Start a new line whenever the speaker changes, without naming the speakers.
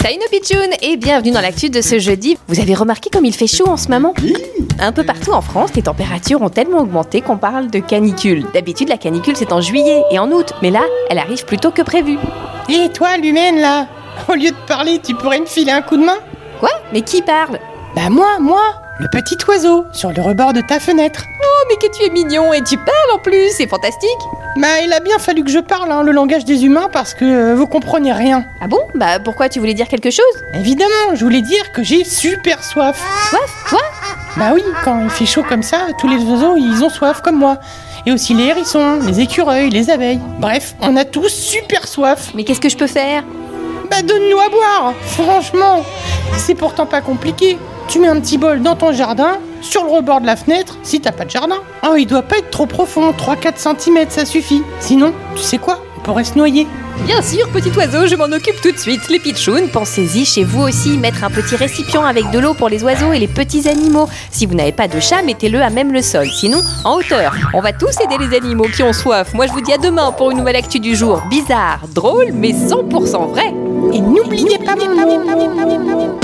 Salut nos pitchounes et bienvenue dans l'actu de ce jeudi. Vous avez remarqué comme il fait chaud en ce moment Un peu partout en France, les températures ont tellement augmenté qu'on parle de canicule. D'habitude, la canicule c'est en juillet et en août, mais là, elle arrive plus tôt que prévu.
Hé toi l'humaine là Au lieu de parler, tu pourrais me filer un coup de main
Quoi Mais qui parle
Bah moi, moi Le petit oiseau, sur le rebord de ta fenêtre
Oh mais que tu es mignon et tu parles en plus, c'est fantastique
Bah il a bien fallu que je parle hein, le langage des humains parce que euh, vous comprenez rien.
Ah bon Bah pourquoi tu voulais dire quelque chose
Évidemment, je voulais dire que j'ai super soif
Soif Quoi
Bah oui, quand il fait chaud comme ça, tous les oiseaux ils ont soif comme moi. Et aussi les hérissons, les écureuils, les abeilles. Bref, on a tous super soif.
Mais qu'est-ce que je peux faire
Bah donne-nous à boire, franchement. C'est pourtant pas compliqué. Tu mets un petit bol dans ton jardin, sur le rebord de la fenêtre, si t'as pas de jardin. Oh, il doit pas être trop profond, 3-4 cm, ça suffit. Sinon, tu sais quoi On pourrait se noyer.
Bien sûr, petit oiseau, je m'en occupe tout de suite. Les pitchounes, pensez-y chez vous aussi, mettre un petit récipient avec de l'eau pour les oiseaux et les petits animaux. Si vous n'avez pas de chat, mettez-le à même le sol, sinon en hauteur. On va tous aider les animaux qui ont soif. Moi, je vous dis à demain pour une nouvelle actu du jour. Bizarre, drôle, mais 100% vrai.
Et n'oubliez pas mon nom.